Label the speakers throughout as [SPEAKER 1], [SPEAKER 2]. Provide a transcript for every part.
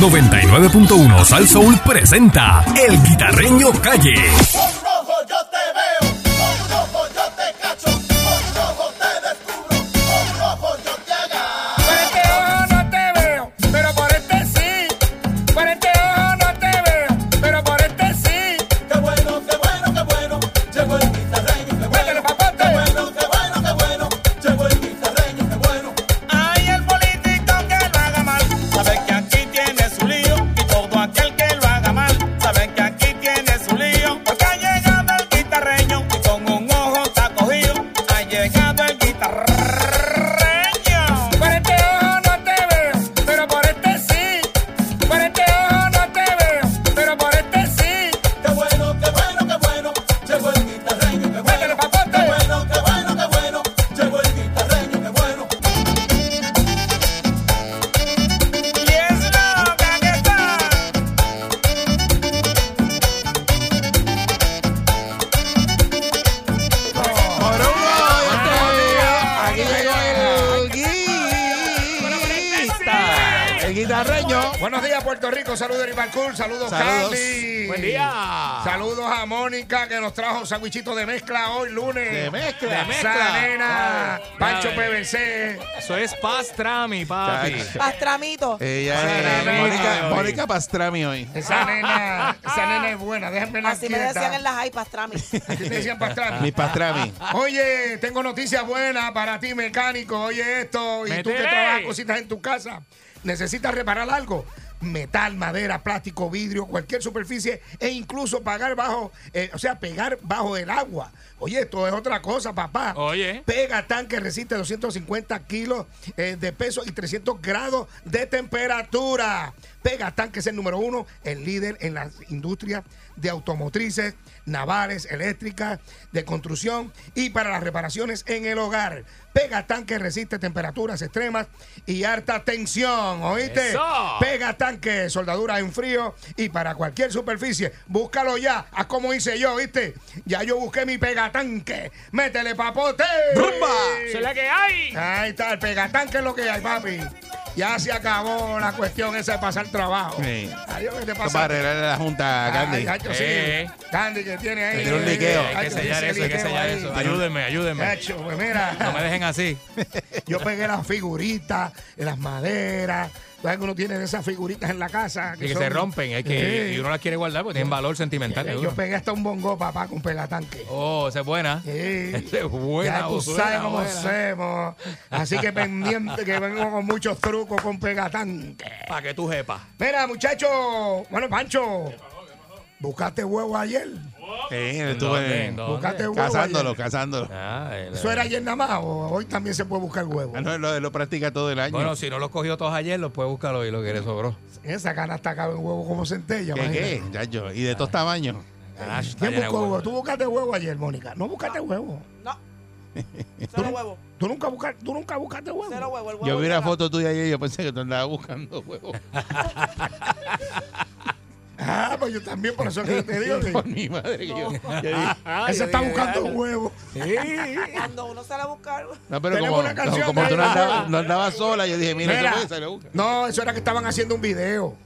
[SPEAKER 1] 99.1 Sal Soul presenta El Guitarreño Calle.
[SPEAKER 2] Por rojo yo te veo, por rojo yo te cacho, por rojo te descubro, por rojo yo te agarro.
[SPEAKER 3] Por este ojo no te veo, pero por este sí. Por este ojo no te veo, pero por este sí.
[SPEAKER 2] Qué bueno, qué bueno, qué bueno, llegó el guitarreño, qué bueno,
[SPEAKER 3] Métele, papote.
[SPEAKER 2] qué bueno, qué bueno, qué bueno, llegó el guitarreño, qué bueno.
[SPEAKER 3] Ay, el político que lo haga mal, sabe que aquí tiene su lío. Y todo aquel que lo haga mal, sabe que aquí tiene su lío. Porque ha llegado el guitarreño y con un ojo está cogido. Ha llegado el guitarreño. Por este ojo no te veo, pero por este sí. Por este ojo no te veo, pero por este sí.
[SPEAKER 2] Qué bueno, qué bueno, qué bueno, llegó el guitarreño, qué
[SPEAKER 3] Métele,
[SPEAKER 2] bueno.
[SPEAKER 3] papote.
[SPEAKER 2] Qué bueno, qué bueno, qué bueno, llegó el guitarreño, qué bueno.
[SPEAKER 3] Y es loca que está.
[SPEAKER 4] Aquí llegó el guista, el guitarreño.
[SPEAKER 5] Buenos días, Puerto Rico. Saludos, Eribancourt. Saludos,
[SPEAKER 4] Saludos.
[SPEAKER 5] Candy.
[SPEAKER 6] Buen día.
[SPEAKER 5] Saludos a Mónica, que nos trajo un sandwichito de mezcla hoy, lunes.
[SPEAKER 4] De mezcla.
[SPEAKER 5] De mezcla.
[SPEAKER 6] Mezcla.
[SPEAKER 5] nena.
[SPEAKER 6] Wow.
[SPEAKER 5] Pancho
[SPEAKER 6] Wow.
[SPEAKER 5] PVC.
[SPEAKER 6] Eso es pastrami, papi.
[SPEAKER 7] Pastramito.
[SPEAKER 4] Eh, Ella es
[SPEAKER 5] Pastrami.
[SPEAKER 4] Mónica, Mónica Pastrami hoy.
[SPEAKER 5] Esa nena, esa nena es buena. Déjenme la
[SPEAKER 7] Así me decían en las hay pastrami.
[SPEAKER 5] Así me decían pastrami.
[SPEAKER 4] Mi Pastrami.
[SPEAKER 5] Ah. Oye, tengo noticias buenas para ti, mecánico. Oye, esto, y tú que
[SPEAKER 6] Métele.
[SPEAKER 5] trabajas cositas en tu casa, necesitas reparar algo. Metal, madera, plástico, vidrio, cualquier superficie e incluso pagar bajo, eh, o sea, pegar bajo el agua. Oye, esto es otra cosa, papá.
[SPEAKER 6] Oye.
[SPEAKER 5] Pega tanque resiste 250 kilos eh, de peso y 300 grados de temperatura. Pega tanque es el número uno, el líder en las industrias de automotrices, navales, eléctricas, de construcción y para las reparaciones en el hogar. Pega tanque resiste temperaturas extremas y harta tensión, ¿oíste?
[SPEAKER 6] ¡Eso!
[SPEAKER 5] Pega tanque, soldadura en frío y para cualquier superficie. Búscalo ya, haz como hice yo, ¿viste? Ya yo busqué mi pegatanque. Métele papote.
[SPEAKER 6] Eso es la que hay.
[SPEAKER 5] Ahí está, el pegatanque es lo que hay, papi. Ya se acabó la cuestión esa de pasar trabajo.
[SPEAKER 4] Sí.
[SPEAKER 5] Adiós, ¿qué te
[SPEAKER 4] Esto Para
[SPEAKER 5] pasa?
[SPEAKER 4] arreglar la junta, Candy.
[SPEAKER 5] Ay, ay, yo sí.
[SPEAKER 6] Eh.
[SPEAKER 5] Candy que tiene ahí.
[SPEAKER 4] Tiene un liqueo.
[SPEAKER 5] Ay,
[SPEAKER 6] Hay que
[SPEAKER 5] yo
[SPEAKER 6] sellar
[SPEAKER 5] sí, ese
[SPEAKER 6] eso, hay que
[SPEAKER 5] liqueo
[SPEAKER 6] sellar
[SPEAKER 5] ahí.
[SPEAKER 6] eso. Ayúdenme, ayúdenme.
[SPEAKER 5] Nacho, pues mira.
[SPEAKER 6] No me dejen así.
[SPEAKER 5] Yo pegué las figuritas, las maderas. ¿Sabes que uno tiene de esas figuritas en la casa?
[SPEAKER 6] Y que
[SPEAKER 5] son-
[SPEAKER 6] se rompen. Hay que,
[SPEAKER 5] Sí.
[SPEAKER 6] y uno las quiere guardar porque tienen valor sentimental.
[SPEAKER 5] Yo
[SPEAKER 6] seguro.
[SPEAKER 5] pegué hasta un bongo, papá, con pelatanque.
[SPEAKER 6] Oh, esa es buena.
[SPEAKER 5] Sí.
[SPEAKER 6] Esa es buena,
[SPEAKER 5] ya tú
[SPEAKER 6] buena,
[SPEAKER 5] sabes cómo
[SPEAKER 6] buena.
[SPEAKER 5] hacemos. Así que pendiente que vengo con muchos trucos con pegatanque.
[SPEAKER 6] Para que tú sepas.
[SPEAKER 5] Mira, muchachos. Bueno, Pancho. Buscaste huevo ayer.
[SPEAKER 4] Sí, estuve
[SPEAKER 6] ¿En dónde?
[SPEAKER 5] Buscaste huevo.
[SPEAKER 4] cazándolo,
[SPEAKER 5] ayer.
[SPEAKER 4] cazándolo.
[SPEAKER 6] Ah, el-
[SPEAKER 5] Eso era ayer nada más. o hoy también se puede buscar huevo.
[SPEAKER 4] Ah, no, lo, lo practica todo el año.
[SPEAKER 6] Bueno, si no los cogió todos ayer, los puedes buscar hoy, lo que le sobró.
[SPEAKER 5] Esa canasta cabe en huevo como centella.
[SPEAKER 4] ¿Qué,
[SPEAKER 5] imagínate.
[SPEAKER 4] qué? Chacho, Y de todos tamaños.
[SPEAKER 6] Ah, está
[SPEAKER 5] ¿Quién
[SPEAKER 6] llena de
[SPEAKER 5] buscó
[SPEAKER 6] huevo.
[SPEAKER 5] huevo? Tú buscaste huevo ayer, Mónica. No buscaste huevo.
[SPEAKER 7] No. Cero huevo.
[SPEAKER 5] Tú nunca buscaste, tú nunca buscaste huevo.
[SPEAKER 7] Cero huevo. El huevo
[SPEAKER 4] Yo vi una
[SPEAKER 7] llega.
[SPEAKER 4] foto tuya ayer y yo pensé que tú andabas buscando huevos.
[SPEAKER 5] Ah, pues yo también, por eso es que yo te digo. que-
[SPEAKER 4] Por mi madre que yo. yo dije,
[SPEAKER 5] Ese está buscando huevo.
[SPEAKER 7] Cuando uno sale a buscar.
[SPEAKER 4] No, pero
[SPEAKER 5] Tenemos
[SPEAKER 4] como,
[SPEAKER 5] una canción
[SPEAKER 4] como
[SPEAKER 5] de-
[SPEAKER 4] tú no andabas, no andabas sola, yo dije, mira,
[SPEAKER 5] Mira,
[SPEAKER 4] eso puede ser, lo busca.
[SPEAKER 5] no, eso era que estaban haciendo un video.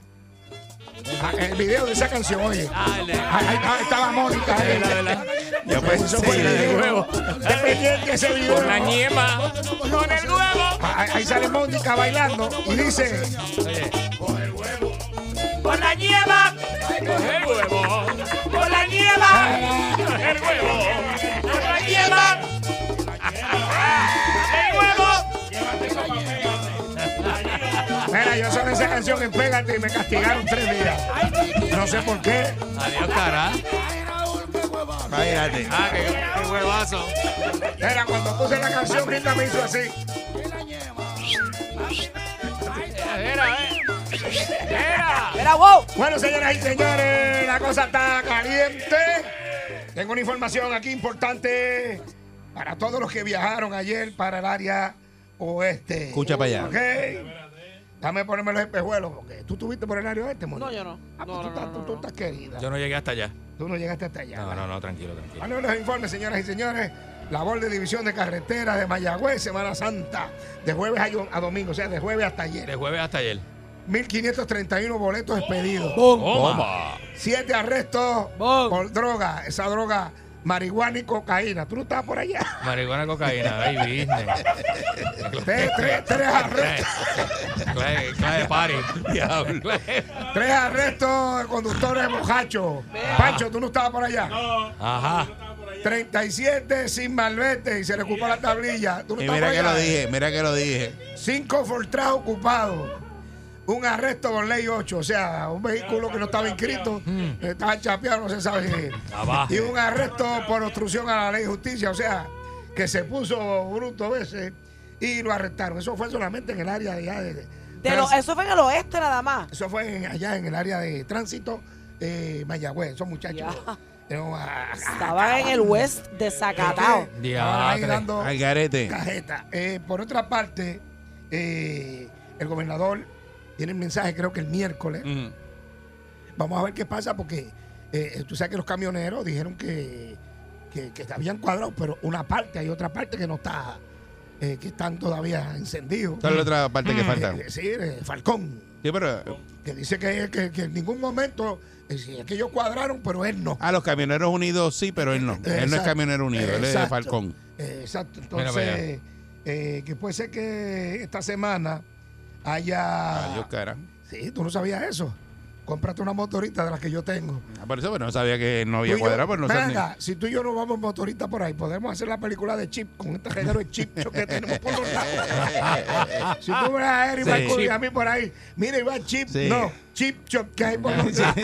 [SPEAKER 5] Ah, El video de esa canción, oye.
[SPEAKER 6] Ah, el de-
[SPEAKER 5] Ahí, ahí- ahí estaba Mónica. eh. ahí.
[SPEAKER 6] el de- el de-
[SPEAKER 4] Yo pensé
[SPEAKER 5] Eso fue
[SPEAKER 4] que
[SPEAKER 5] el
[SPEAKER 4] era de
[SPEAKER 5] video.
[SPEAKER 6] huevo.
[SPEAKER 5] Esté pendiente ese video.
[SPEAKER 6] Con la ñema. Con el huevo.
[SPEAKER 5] Ah, Ahí, ahí sale Mónica bailando y dice,
[SPEAKER 6] Oye. Con la nieva, el huevo. Con la nieva, el huevo. Con la nieva, el huevo.
[SPEAKER 5] mira, yo soné esa canción en Pégate y me castigaron tres días. No sé por qué.
[SPEAKER 6] Adiós, cara.
[SPEAKER 4] Imagínate.
[SPEAKER 6] Ah, qué, qué huevazo.
[SPEAKER 5] Era cuando puse la canción, Rita me hizo así.
[SPEAKER 6] Era, eh. Era.
[SPEAKER 7] ¡Era wow!
[SPEAKER 5] Bueno, señoras y señores, la cosa está caliente. Tengo una información aquí importante para todos los que viajaron ayer para el área oeste.
[SPEAKER 4] Escucha para allá.
[SPEAKER 5] ¿Ok? Dame ponerme los espejuelos, porque tú estuviste por el área oeste, Moni.
[SPEAKER 7] No, yo no.
[SPEAKER 5] Ah, pues
[SPEAKER 7] No,
[SPEAKER 5] tú,
[SPEAKER 7] no,
[SPEAKER 5] estás,
[SPEAKER 7] no,
[SPEAKER 5] tú-
[SPEAKER 7] no,
[SPEAKER 5] tú
[SPEAKER 7] no.
[SPEAKER 5] estás querida.
[SPEAKER 6] Yo no llegué hasta allá.
[SPEAKER 5] Tú no llegaste hasta allá.
[SPEAKER 6] No, no, no, tranquilo, tranquilo.
[SPEAKER 5] Bueno, los informes, señoras y señores. Labor de División de Carreteras de Mayagüez, Semana Santa, de jueves a, yo- a domingo, o sea, de jueves hasta ayer.
[SPEAKER 6] De jueves hasta ayer.
[SPEAKER 5] 1.531 boletos expedidos.
[SPEAKER 8] Toma.
[SPEAKER 5] Siete arrestos
[SPEAKER 9] Bom.
[SPEAKER 5] por droga. Esa droga, marihuana y cocaína. Tú no estabas por allá.
[SPEAKER 8] Marihuana, cocaína, ahí business.
[SPEAKER 5] Tres, tres, tres arrestos.
[SPEAKER 8] Clase clase de party. Diablo.
[SPEAKER 5] Tres arrestos de conductores mojachos. Pancho, tú no estabas por allá.
[SPEAKER 8] Ajá.
[SPEAKER 5] 37 sin malvete y se le ocupó la tablilla. Tú no
[SPEAKER 4] Y
[SPEAKER 5] estabas
[SPEAKER 4] mira
[SPEAKER 5] por
[SPEAKER 4] que lo
[SPEAKER 5] allá.
[SPEAKER 4] dije, mira que lo dije.
[SPEAKER 5] Cinco Fortras ocupados. Un arresto por ley 8, o sea, un vehículo que no estaba inscrito, estaba chapeado, no se sabe. si-
[SPEAKER 8] Abajo.
[SPEAKER 5] Y un arresto por obstrucción a la ley de justicia, o sea, que se puso bruto ese y lo arrestaron. Eso fue solamente en el área de, allá de- de-
[SPEAKER 7] De lo-
[SPEAKER 5] trans-
[SPEAKER 7] eso fue en el oeste nada más.
[SPEAKER 5] Eso fue en- allá en el área de tránsito, eh, Mayagüez, esos muchachos.
[SPEAKER 7] Ya.
[SPEAKER 5] eran a-
[SPEAKER 7] Estaban en el West de Zacatao.
[SPEAKER 5] Estaban ahí
[SPEAKER 8] Diatre.
[SPEAKER 5] dando-
[SPEAKER 4] Al garete.
[SPEAKER 5] cajeta. Eh, por otra parte, eh, el gobernador tiene el mensaje, creo que el miércoles. Vamos a ver qué pasa, porque eh, tú sabes que los camioneros dijeron que, que, que habían cuadrado, pero una parte, hay otra parte que no está, eh, que están todavía encendidos.
[SPEAKER 4] Esta es la otra parte que falta.
[SPEAKER 5] Es decir, eh, Falcón,
[SPEAKER 4] Sí, pero
[SPEAKER 5] que dice que, que- que en ningún momento, eh, sí, es que ellos cuadraron, pero él no.
[SPEAKER 4] a Ah, los camioneros unidos sí, pero él no. Él no es
[SPEAKER 5] Exacto.
[SPEAKER 4] camionero unido, él es de
[SPEAKER 5] Exacto.
[SPEAKER 4] Falcón.
[SPEAKER 5] Eh, exacto.
[SPEAKER 8] Mira para allá.
[SPEAKER 5] Entonces, eh, que puede ser que esta semana haya...
[SPEAKER 4] Adiós, cara.
[SPEAKER 5] Sí, tú no sabías eso. Cómprate una motorita de las que yo tengo.
[SPEAKER 4] Ah, Por eso, pero no sabía que no
[SPEAKER 5] Tú y
[SPEAKER 4] había
[SPEAKER 5] yo-
[SPEAKER 4] cuadrado, pues no
[SPEAKER 5] Ven
[SPEAKER 4] sé ni-
[SPEAKER 5] acá, si tú y yo no vamos en motorita por ahí, podemos hacer la película de Chip con este reguero de Chip que tenemos por los lados. si tú ves a Eric
[SPEAKER 4] Sí.
[SPEAKER 5] Marcuri y a mí por ahí, mira, va Chip,
[SPEAKER 4] Sí.
[SPEAKER 5] no, Chip Chop que hay por los lados.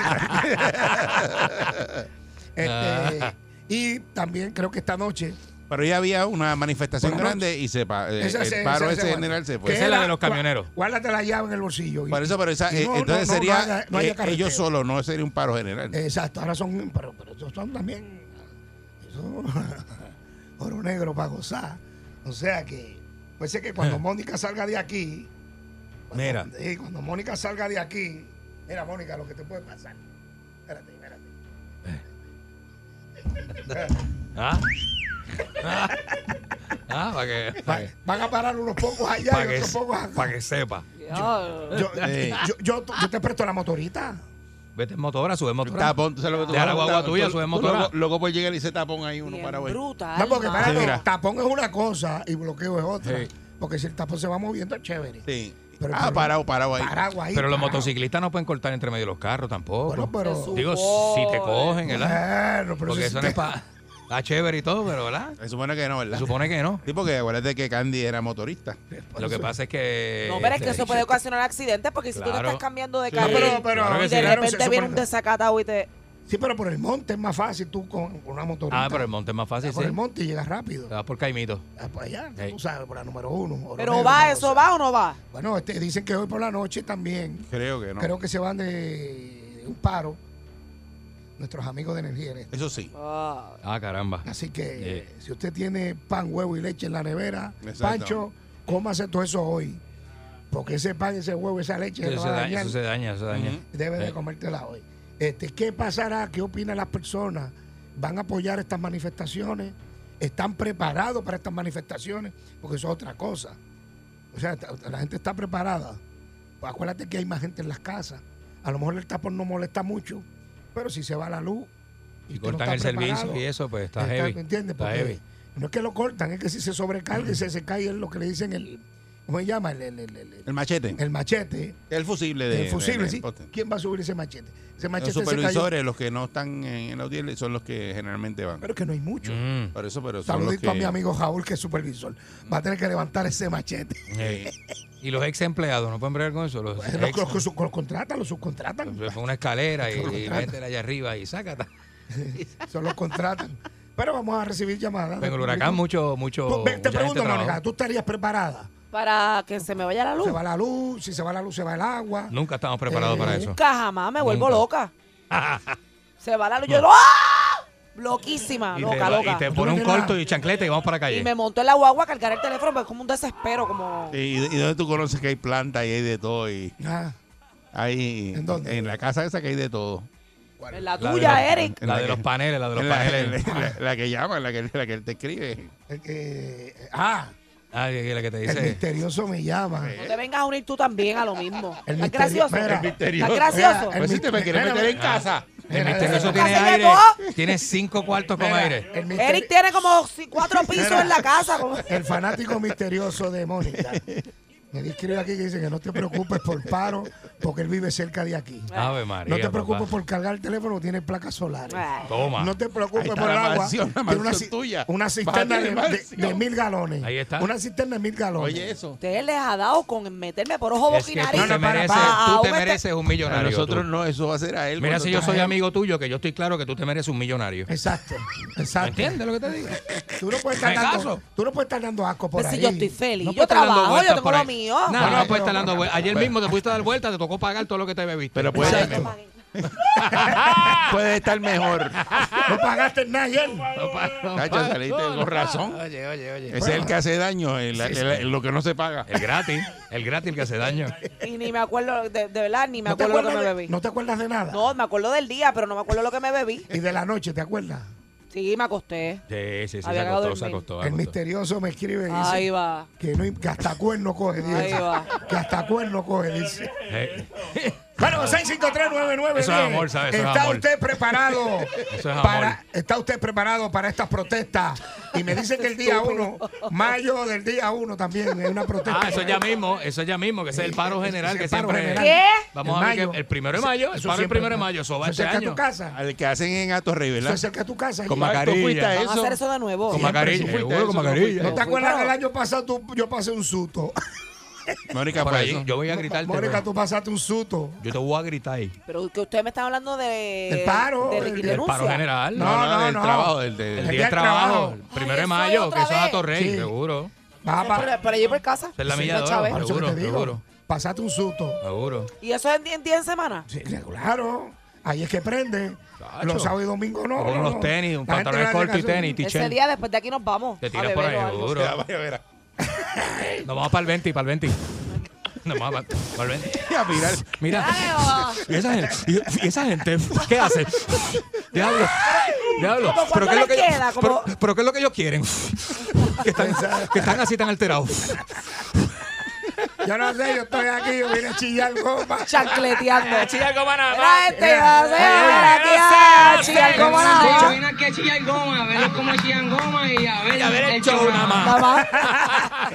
[SPEAKER 5] Este, y también creo que esta noche.
[SPEAKER 4] Pero ya había una manifestación
[SPEAKER 5] Bueno,
[SPEAKER 4] grande y se pa- eh,
[SPEAKER 5] esa se-
[SPEAKER 4] el paro
[SPEAKER 5] esa
[SPEAKER 4] ese
[SPEAKER 5] se-
[SPEAKER 4] general se
[SPEAKER 5] que
[SPEAKER 4] fue.
[SPEAKER 8] Esa es la de los camioneros.
[SPEAKER 5] Guárdate la llave en el bolsillo. y-
[SPEAKER 4] Por eso, pero esa,
[SPEAKER 5] y
[SPEAKER 4] eh,
[SPEAKER 5] no, no,
[SPEAKER 4] entonces
[SPEAKER 5] no, no
[SPEAKER 4] sería
[SPEAKER 5] haya- no haya
[SPEAKER 4] eh,
[SPEAKER 5] carreteo. Eh,
[SPEAKER 4] ellos solos, no sería un paro general.
[SPEAKER 5] Exacto, ahora son, pero, pero estos son también eso, oro negro para gozar. O sea que, pues es que cuando Mónica salga de aquí,
[SPEAKER 8] Mira.
[SPEAKER 5] eh, cuando Mónica salga de aquí, mira Mónica, lo que te puede pasar. Espérate, espérate.
[SPEAKER 8] ¿Ah? ¿Ah? ¿Ah? Para que,
[SPEAKER 5] Va-
[SPEAKER 8] para que,
[SPEAKER 5] van a parar unos pocos allá
[SPEAKER 8] pa'
[SPEAKER 5] y
[SPEAKER 8] que,
[SPEAKER 5] otros pocos acá.
[SPEAKER 8] pa' que sepa.
[SPEAKER 5] Yo, yo, yo- yo te presto la motorita.
[SPEAKER 8] Vete en motora, sube en motora.
[SPEAKER 4] Tapón, tú sabes lo que tú
[SPEAKER 8] Deja la
[SPEAKER 4] tú-
[SPEAKER 8] guagua
[SPEAKER 4] tú-
[SPEAKER 8] tuya,
[SPEAKER 4] tú-
[SPEAKER 8] sube
[SPEAKER 4] tú
[SPEAKER 8] motora.
[SPEAKER 4] Luego, luego por llegar y se tapón ahí uno para hoy.
[SPEAKER 7] brutal.
[SPEAKER 5] No, porque
[SPEAKER 7] mano.
[SPEAKER 5] espérate,
[SPEAKER 4] mira.
[SPEAKER 5] tapón es una cosa y bloqueo es otra.
[SPEAKER 8] Sí.
[SPEAKER 5] Porque si el tapón se va moviendo es chévere.
[SPEAKER 4] Sí.
[SPEAKER 5] Pero-
[SPEAKER 4] ah,
[SPEAKER 5] pero-
[SPEAKER 4] parado, parado ahí.
[SPEAKER 5] Paraguas ahí,
[SPEAKER 8] Pero los
[SPEAKER 5] parado.
[SPEAKER 8] motociclistas no pueden cortar entre medio de los carros tampoco.
[SPEAKER 5] Bueno, pero.
[SPEAKER 8] Digo, si te cogen, ¿verdad?
[SPEAKER 5] Claro, pero
[SPEAKER 8] Porque
[SPEAKER 5] si
[SPEAKER 8] eso no
[SPEAKER 5] te-
[SPEAKER 8] es para... Está chévere y todo, pero ¿verdad?
[SPEAKER 4] Se supone que no, ¿verdad?
[SPEAKER 8] Se supone que no.
[SPEAKER 4] Sí, porque acuérdate que Candy era motorista.
[SPEAKER 8] Lo que pasa es que... este,
[SPEAKER 7] No, pero es que eso puede ocasionar accidentes porque si tú te
[SPEAKER 8] Claro.
[SPEAKER 7] estás cambiando de
[SPEAKER 8] Sí,
[SPEAKER 7] carril
[SPEAKER 5] pero- pero-
[SPEAKER 8] claro que
[SPEAKER 7] y
[SPEAKER 8] sí.
[SPEAKER 7] de
[SPEAKER 5] claro,
[SPEAKER 7] repente
[SPEAKER 5] eso
[SPEAKER 7] viene
[SPEAKER 5] por-
[SPEAKER 7] un desacatado y te...
[SPEAKER 5] Sí, pero por el monte es más fácil tú con, con una motorita.
[SPEAKER 8] Ah, pero el monte es más fácil, sí.
[SPEAKER 5] Por el monte y llegas rápido.
[SPEAKER 8] Te vas por Caimito.
[SPEAKER 5] Ah, pues allá,
[SPEAKER 8] Sí.
[SPEAKER 5] tú sabes, por la número uno. Oro
[SPEAKER 7] Pero
[SPEAKER 5] Negro,
[SPEAKER 7] va,
[SPEAKER 5] Barbosa.
[SPEAKER 7] eso va o no va.
[SPEAKER 5] Bueno, este, dicen que hoy por la noche también,
[SPEAKER 4] Creo que no.
[SPEAKER 5] creo que se van de un paro nuestros amigos de energía. este. eléctrica.
[SPEAKER 4] Eso sí.
[SPEAKER 7] Ah,
[SPEAKER 8] Ah, caramba.
[SPEAKER 5] Así que si usted tiene pan, huevo y leche en la nevera,
[SPEAKER 4] Exacto.
[SPEAKER 5] Pancho, cómase todo eso hoy. Porque ese pan, ese huevo, esa leche se
[SPEAKER 8] Eso se,
[SPEAKER 5] va a
[SPEAKER 8] daña,
[SPEAKER 5] dañar.
[SPEAKER 8] eso se daña, eso se daña.
[SPEAKER 5] debe de
[SPEAKER 8] Eh.
[SPEAKER 5] comértela hoy. Este, ¿Qué pasará? ¿Qué opinan las personas? ¿Van a apoyar estas manifestaciones? ¿Están preparados para estas manifestaciones? Porque eso es otra cosa. O sea, ta- la gente está preparada. Pues acuérdate que hay más gente en las casas. A lo mejor el tapón no molesta mucho, pero si se va la luz.
[SPEAKER 8] Y
[SPEAKER 5] usted no está
[SPEAKER 8] cortan el servicio
[SPEAKER 5] preparado,
[SPEAKER 8] y eso, pues está
[SPEAKER 5] ¿me
[SPEAKER 8] heavy.
[SPEAKER 5] ¿Entiendes?
[SPEAKER 8] Está
[SPEAKER 5] Porque
[SPEAKER 8] heavy.
[SPEAKER 5] No es que lo cortan, es que si se sobrecarga y se, se cae es lo que le dicen el. ¿Cómo se llama? El- el- el- el-
[SPEAKER 4] El machete. El,
[SPEAKER 5] el machete.
[SPEAKER 4] fusible de.
[SPEAKER 5] El fusible,
[SPEAKER 4] de-
[SPEAKER 5] sí.
[SPEAKER 4] poste.
[SPEAKER 5] ¿Quién va a subir ese machete? Ese machete
[SPEAKER 4] Los
[SPEAKER 5] se cayó.
[SPEAKER 4] supervisores, los que no están en la audiencia, son los que generalmente van.
[SPEAKER 5] Pero es que no hay mucho.
[SPEAKER 8] Mm.
[SPEAKER 4] Por eso, pero son los
[SPEAKER 5] Saludito
[SPEAKER 4] que.
[SPEAKER 5] a mi amigo Jaúl, que es supervisor. Va a tener que levantar ese machete.
[SPEAKER 8] Eh, Y los ex empleados, ¿no pueden bregar con eso? Los
[SPEAKER 5] Los,
[SPEAKER 8] ex,
[SPEAKER 5] los que su- los contratan, los subcontratan.
[SPEAKER 8] pues, una escalera y, y métela allá arriba y sácata.
[SPEAKER 5] Son los contratan. Pero vamos a recibir llamadas.
[SPEAKER 8] En el huracán mucho, mucho,
[SPEAKER 5] Tú- Pues, ve,
[SPEAKER 8] mucha
[SPEAKER 5] Te pregunto,
[SPEAKER 8] gente trabajó.
[SPEAKER 5] Mónica, ¿tú estarías preparada?
[SPEAKER 7] para que se me vaya la luz.
[SPEAKER 5] Se va la luz, si se va la luz, se va el agua.
[SPEAKER 8] Nunca estamos preparados
[SPEAKER 5] Eh,
[SPEAKER 8] para eso.
[SPEAKER 7] Nunca jamás me vuelvo
[SPEAKER 8] Nunca.
[SPEAKER 7] loca. se va la luz. Yo ¡Ah! Loquísima,
[SPEAKER 8] Y te,
[SPEAKER 7] loca,
[SPEAKER 8] va- y
[SPEAKER 7] loca.
[SPEAKER 8] te pone un corto y chancleta y vamos para la
[SPEAKER 7] Y
[SPEAKER 8] calle.
[SPEAKER 7] me monto en la guagua a cargar el teléfono, porque es como un desespero, como...
[SPEAKER 4] Sí, ¿Y, y dónde tú conoces que hay planta y hay de todo? Y
[SPEAKER 5] Ah,
[SPEAKER 4] hay,
[SPEAKER 5] ¿En dónde?
[SPEAKER 4] la casa esa que hay de todo.
[SPEAKER 7] En la
[SPEAKER 8] La de
[SPEAKER 7] tuya,
[SPEAKER 8] los-
[SPEAKER 7] Eric.
[SPEAKER 8] La
[SPEAKER 4] la
[SPEAKER 8] de
[SPEAKER 4] que-
[SPEAKER 8] los paneles, la de los
[SPEAKER 4] La, la-
[SPEAKER 8] paneles.
[SPEAKER 4] la- la que llama, la que, la que él te escribe.
[SPEAKER 5] el que- eh, ah,
[SPEAKER 8] Ah, y la que te
[SPEAKER 5] El
[SPEAKER 8] dice.
[SPEAKER 5] misterioso me llama.
[SPEAKER 7] No te vengas a unir tú también a lo mismo.
[SPEAKER 5] El
[SPEAKER 7] ¿Estás
[SPEAKER 5] misterio-
[SPEAKER 7] gracioso?
[SPEAKER 5] mira, el
[SPEAKER 7] ¿Estás gracioso?
[SPEAKER 5] mira,
[SPEAKER 4] Pues si te me quieres meter en casa.
[SPEAKER 8] El
[SPEAKER 5] Mira,
[SPEAKER 8] misterioso
[SPEAKER 5] mira,
[SPEAKER 8] tiene
[SPEAKER 7] mira.
[SPEAKER 8] aire.
[SPEAKER 7] Pásale
[SPEAKER 8] Tiene cinco cuartos con
[SPEAKER 5] mira,
[SPEAKER 8] aire.
[SPEAKER 5] el misteri-
[SPEAKER 7] Eric tiene como si- cuatro pisos en la casa. como-
[SPEAKER 5] El fanático misterioso de Mónica. Me escribe aquí que dice que no te preocupes por paro, porque él vive cerca de aquí.
[SPEAKER 8] Ave María.
[SPEAKER 5] no te preocupes
[SPEAKER 8] papá.
[SPEAKER 5] por cargar el teléfono, tiene placas solares.
[SPEAKER 7] Ah.
[SPEAKER 8] Toma.
[SPEAKER 5] No te
[SPEAKER 4] Ahí
[SPEAKER 5] preocupes
[SPEAKER 4] está
[SPEAKER 5] por el
[SPEAKER 4] la
[SPEAKER 5] agua.
[SPEAKER 4] mansión, la
[SPEAKER 5] Tiene una,
[SPEAKER 4] mansión
[SPEAKER 5] ci-
[SPEAKER 4] tuya.
[SPEAKER 5] una cisterna
[SPEAKER 4] Bájate de
[SPEAKER 5] de, de-
[SPEAKER 4] mansión.
[SPEAKER 5] de mil galones.
[SPEAKER 8] Ahí está.
[SPEAKER 5] Una cisterna de mil galones.
[SPEAKER 4] Oye, eso.
[SPEAKER 7] Ustedes les ha dado con meterme por ojo,
[SPEAKER 8] Es
[SPEAKER 7] boca y
[SPEAKER 8] que
[SPEAKER 7] nariz.
[SPEAKER 8] tú te
[SPEAKER 7] para-
[SPEAKER 8] mereces,
[SPEAKER 7] para-
[SPEAKER 8] tú te
[SPEAKER 7] aún este-
[SPEAKER 8] mereces un
[SPEAKER 4] A
[SPEAKER 8] millonario.
[SPEAKER 4] nosotros
[SPEAKER 8] tú.
[SPEAKER 4] no, eso va a ser a él.
[SPEAKER 8] Mira,
[SPEAKER 4] cuando
[SPEAKER 8] si yo
[SPEAKER 4] trae-
[SPEAKER 8] soy amigo tuyo, que yo estoy claro que tú te mereces un millonario.
[SPEAKER 5] Exacto.
[SPEAKER 8] ¿Me
[SPEAKER 5] Exacto.
[SPEAKER 8] entiendes lo que te digo?
[SPEAKER 5] Tú no puedes estar
[SPEAKER 8] ¿Me
[SPEAKER 5] dando,
[SPEAKER 8] caso?
[SPEAKER 5] tú no puedes estar dando asco por
[SPEAKER 7] Pues si
[SPEAKER 5] ahí.
[SPEAKER 7] yo estoy feliz,
[SPEAKER 8] No puedes
[SPEAKER 7] yo
[SPEAKER 8] estar dando
[SPEAKER 7] trabajo,
[SPEAKER 8] vueltas
[SPEAKER 7] yo tengo
[SPEAKER 8] por
[SPEAKER 7] lo
[SPEAKER 8] ahí.
[SPEAKER 7] mío.
[SPEAKER 8] No,
[SPEAKER 5] Bueno,
[SPEAKER 8] no, puedes estar
[SPEAKER 5] pero-
[SPEAKER 8] dando vueltas. Ayer mismo te fuiste a dar vueltas, te tocó pagar todo lo que te bebiste.
[SPEAKER 4] Pero puede,
[SPEAKER 7] Para
[SPEAKER 4] estar
[SPEAKER 7] que
[SPEAKER 4] mejor.
[SPEAKER 7] paguen.
[SPEAKER 4] puede estar mejor.
[SPEAKER 5] No pagaste nada ayer.
[SPEAKER 7] Ah.
[SPEAKER 8] No pa- no
[SPEAKER 4] Cacho,
[SPEAKER 8] pa-
[SPEAKER 4] saliste
[SPEAKER 8] no,
[SPEAKER 4] con
[SPEAKER 8] no pa-
[SPEAKER 4] razón.
[SPEAKER 8] Oye, oye, oye.
[SPEAKER 4] Ese es el que hace daño, el- el- el- lo que no se paga.
[SPEAKER 8] El gratis, el gratis el que hace daño.
[SPEAKER 7] Y ni me acuerdo, de, de verdad, ni me
[SPEAKER 5] ¿No te,
[SPEAKER 7] acuerdo lo que me
[SPEAKER 5] acuerdas de,
[SPEAKER 7] bebí.
[SPEAKER 5] no te acuerdas de nada.
[SPEAKER 7] No, me acuerdo del día, pero no me acuerdo lo que me bebí.
[SPEAKER 5] Y de la noche, ¿te acuerdas?
[SPEAKER 7] Sí, me acosté.
[SPEAKER 8] Sí, sí, sí, se
[SPEAKER 7] Había acabado
[SPEAKER 8] acostó,
[SPEAKER 7] de
[SPEAKER 8] se
[SPEAKER 7] dormir.
[SPEAKER 8] acostó.
[SPEAKER 5] El misterioso me escribe y dice
[SPEAKER 7] Ahí va.
[SPEAKER 5] que, no, que hasta cuerno coge, dice.
[SPEAKER 7] Ahí va.
[SPEAKER 5] Que hasta cuerno coge, dice.
[SPEAKER 8] Eh,
[SPEAKER 5] Bueno, 6539910.
[SPEAKER 8] Eso es amor, ¿sabes? Eso es
[SPEAKER 5] ¿Está
[SPEAKER 8] amor.
[SPEAKER 5] usted preparado?
[SPEAKER 8] Eso es
[SPEAKER 5] para,
[SPEAKER 8] amor.
[SPEAKER 5] ¿Está usted preparado para estas protestas? Y me dice que el día 1, mayo del día 1 también, hay una protesta.
[SPEAKER 8] Ah, eso ya mismo, eso ya mismo, que ese es el paro
[SPEAKER 5] Ese
[SPEAKER 8] general que
[SPEAKER 5] es el paro
[SPEAKER 8] siempre.
[SPEAKER 5] general.
[SPEAKER 7] ¿Qué?
[SPEAKER 8] Vamos
[SPEAKER 5] En
[SPEAKER 8] a ver
[SPEAKER 5] mayo.
[SPEAKER 8] que el primero de mayo, el
[SPEAKER 5] Eso
[SPEAKER 8] paro el
[SPEAKER 5] siempre-
[SPEAKER 8] primero de mayo, eso va este
[SPEAKER 5] cerca de
[SPEAKER 8] año.
[SPEAKER 5] tu casa.
[SPEAKER 4] Al que hacen en Atos Rey,
[SPEAKER 5] Eso
[SPEAKER 4] ¿verdad?
[SPEAKER 5] es cerca de tu casa.
[SPEAKER 8] Con
[SPEAKER 5] Y-
[SPEAKER 8] mascarilla.
[SPEAKER 4] ¿Tú fuiste a
[SPEAKER 7] Van a
[SPEAKER 4] eso?
[SPEAKER 7] hacer eso de nuevo.
[SPEAKER 8] Con
[SPEAKER 4] Siempre
[SPEAKER 8] mascarilla,
[SPEAKER 4] supiste
[SPEAKER 8] seguro,
[SPEAKER 4] eso,
[SPEAKER 8] con
[SPEAKER 4] no
[SPEAKER 8] mascarilla.
[SPEAKER 5] ¿No te
[SPEAKER 4] fuiste.
[SPEAKER 5] acuerdas
[SPEAKER 7] Pero-
[SPEAKER 5] que el año pasado tú- yo pasé un susto?
[SPEAKER 4] Mónica,
[SPEAKER 8] Por
[SPEAKER 4] para
[SPEAKER 8] ahí,
[SPEAKER 4] eso.
[SPEAKER 8] yo voy a gritarte.
[SPEAKER 5] Mónica,
[SPEAKER 8] pero-
[SPEAKER 5] tú pasaste un susto.
[SPEAKER 8] Yo te voy a gritar ahí.
[SPEAKER 7] Pero que ustedes me están hablando de.
[SPEAKER 5] Del paro,
[SPEAKER 7] De
[SPEAKER 5] del-
[SPEAKER 7] Ricky
[SPEAKER 5] del
[SPEAKER 8] El
[SPEAKER 7] Renuncia.
[SPEAKER 8] paro general.
[SPEAKER 5] No, no,
[SPEAKER 4] del
[SPEAKER 5] no.
[SPEAKER 4] trabajo, del, del-
[SPEAKER 8] El
[SPEAKER 5] El
[SPEAKER 8] día
[SPEAKER 5] día
[SPEAKER 8] de
[SPEAKER 5] del
[SPEAKER 8] trabajo,
[SPEAKER 5] trabajo.
[SPEAKER 8] el primero
[SPEAKER 7] Ay,
[SPEAKER 8] de
[SPEAKER 7] eso
[SPEAKER 8] mayo,
[SPEAKER 7] otra
[SPEAKER 8] que eso es a
[SPEAKER 7] vez.
[SPEAKER 8] Torrey,
[SPEAKER 5] Sí.
[SPEAKER 8] seguro.
[SPEAKER 5] Va, va.
[SPEAKER 7] Por, por allí por casa.
[SPEAKER 8] Esa es la
[SPEAKER 7] Sí,
[SPEAKER 8] milla de
[SPEAKER 7] Chávez.
[SPEAKER 8] oro.
[SPEAKER 5] Por eso que te
[SPEAKER 8] seguro, seguro.
[SPEAKER 5] digo, pasaste un susto.
[SPEAKER 8] Seguro.
[SPEAKER 7] ¿Y eso es en 10 días en semana?
[SPEAKER 5] Sí, claro. Ahí es que prende.
[SPEAKER 8] Chacho.
[SPEAKER 5] Los sábados y domingos no.
[SPEAKER 8] O
[SPEAKER 5] no,
[SPEAKER 8] unos
[SPEAKER 5] no.
[SPEAKER 8] tenis, un
[SPEAKER 5] La gente
[SPEAKER 8] pantalón
[SPEAKER 5] le da
[SPEAKER 8] corto y
[SPEAKER 5] caso-
[SPEAKER 8] tenis,
[SPEAKER 7] Ese
[SPEAKER 8] tichel.
[SPEAKER 7] día después de aquí nos vamos.
[SPEAKER 5] Ah,
[SPEAKER 8] Te
[SPEAKER 7] a
[SPEAKER 8] tiras
[SPEAKER 7] beber
[SPEAKER 8] por
[SPEAKER 7] o
[SPEAKER 8] ahí,
[SPEAKER 7] algo.
[SPEAKER 8] seguro.
[SPEAKER 4] Ya, vaya, verá.
[SPEAKER 8] Nos vamos para el 20, para el 20. Nos vamos para, el 20.
[SPEAKER 4] Ya, mira,
[SPEAKER 8] Mira.
[SPEAKER 7] Dale, va.
[SPEAKER 8] Y esa gente, y- y esa gente, ¿qué hace? Diablo, diablo.
[SPEAKER 7] ¿Cómo cuánto
[SPEAKER 8] ¿Pero qué, es lo que
[SPEAKER 7] les queda?
[SPEAKER 8] ellos, pero,
[SPEAKER 7] Como-
[SPEAKER 8] pero qué es lo que ellos quieren? Que están, que están así tan alterados.
[SPEAKER 5] Yo no sé, yo estoy aquí, yo vine a chillar goma.
[SPEAKER 7] Chancleteando.
[SPEAKER 8] como nada
[SPEAKER 7] Mira este, va a ser,
[SPEAKER 8] Ay,
[SPEAKER 7] aquí
[SPEAKER 8] ay,
[SPEAKER 7] a
[SPEAKER 8] ay,
[SPEAKER 7] chillar
[SPEAKER 8] ay,
[SPEAKER 7] como
[SPEAKER 8] ay,
[SPEAKER 7] nada más.
[SPEAKER 9] Vino aquí a chillar goma, a ver cómo chillan goma y a ver,
[SPEAKER 8] A ver el show nada más.
[SPEAKER 7] Nada más.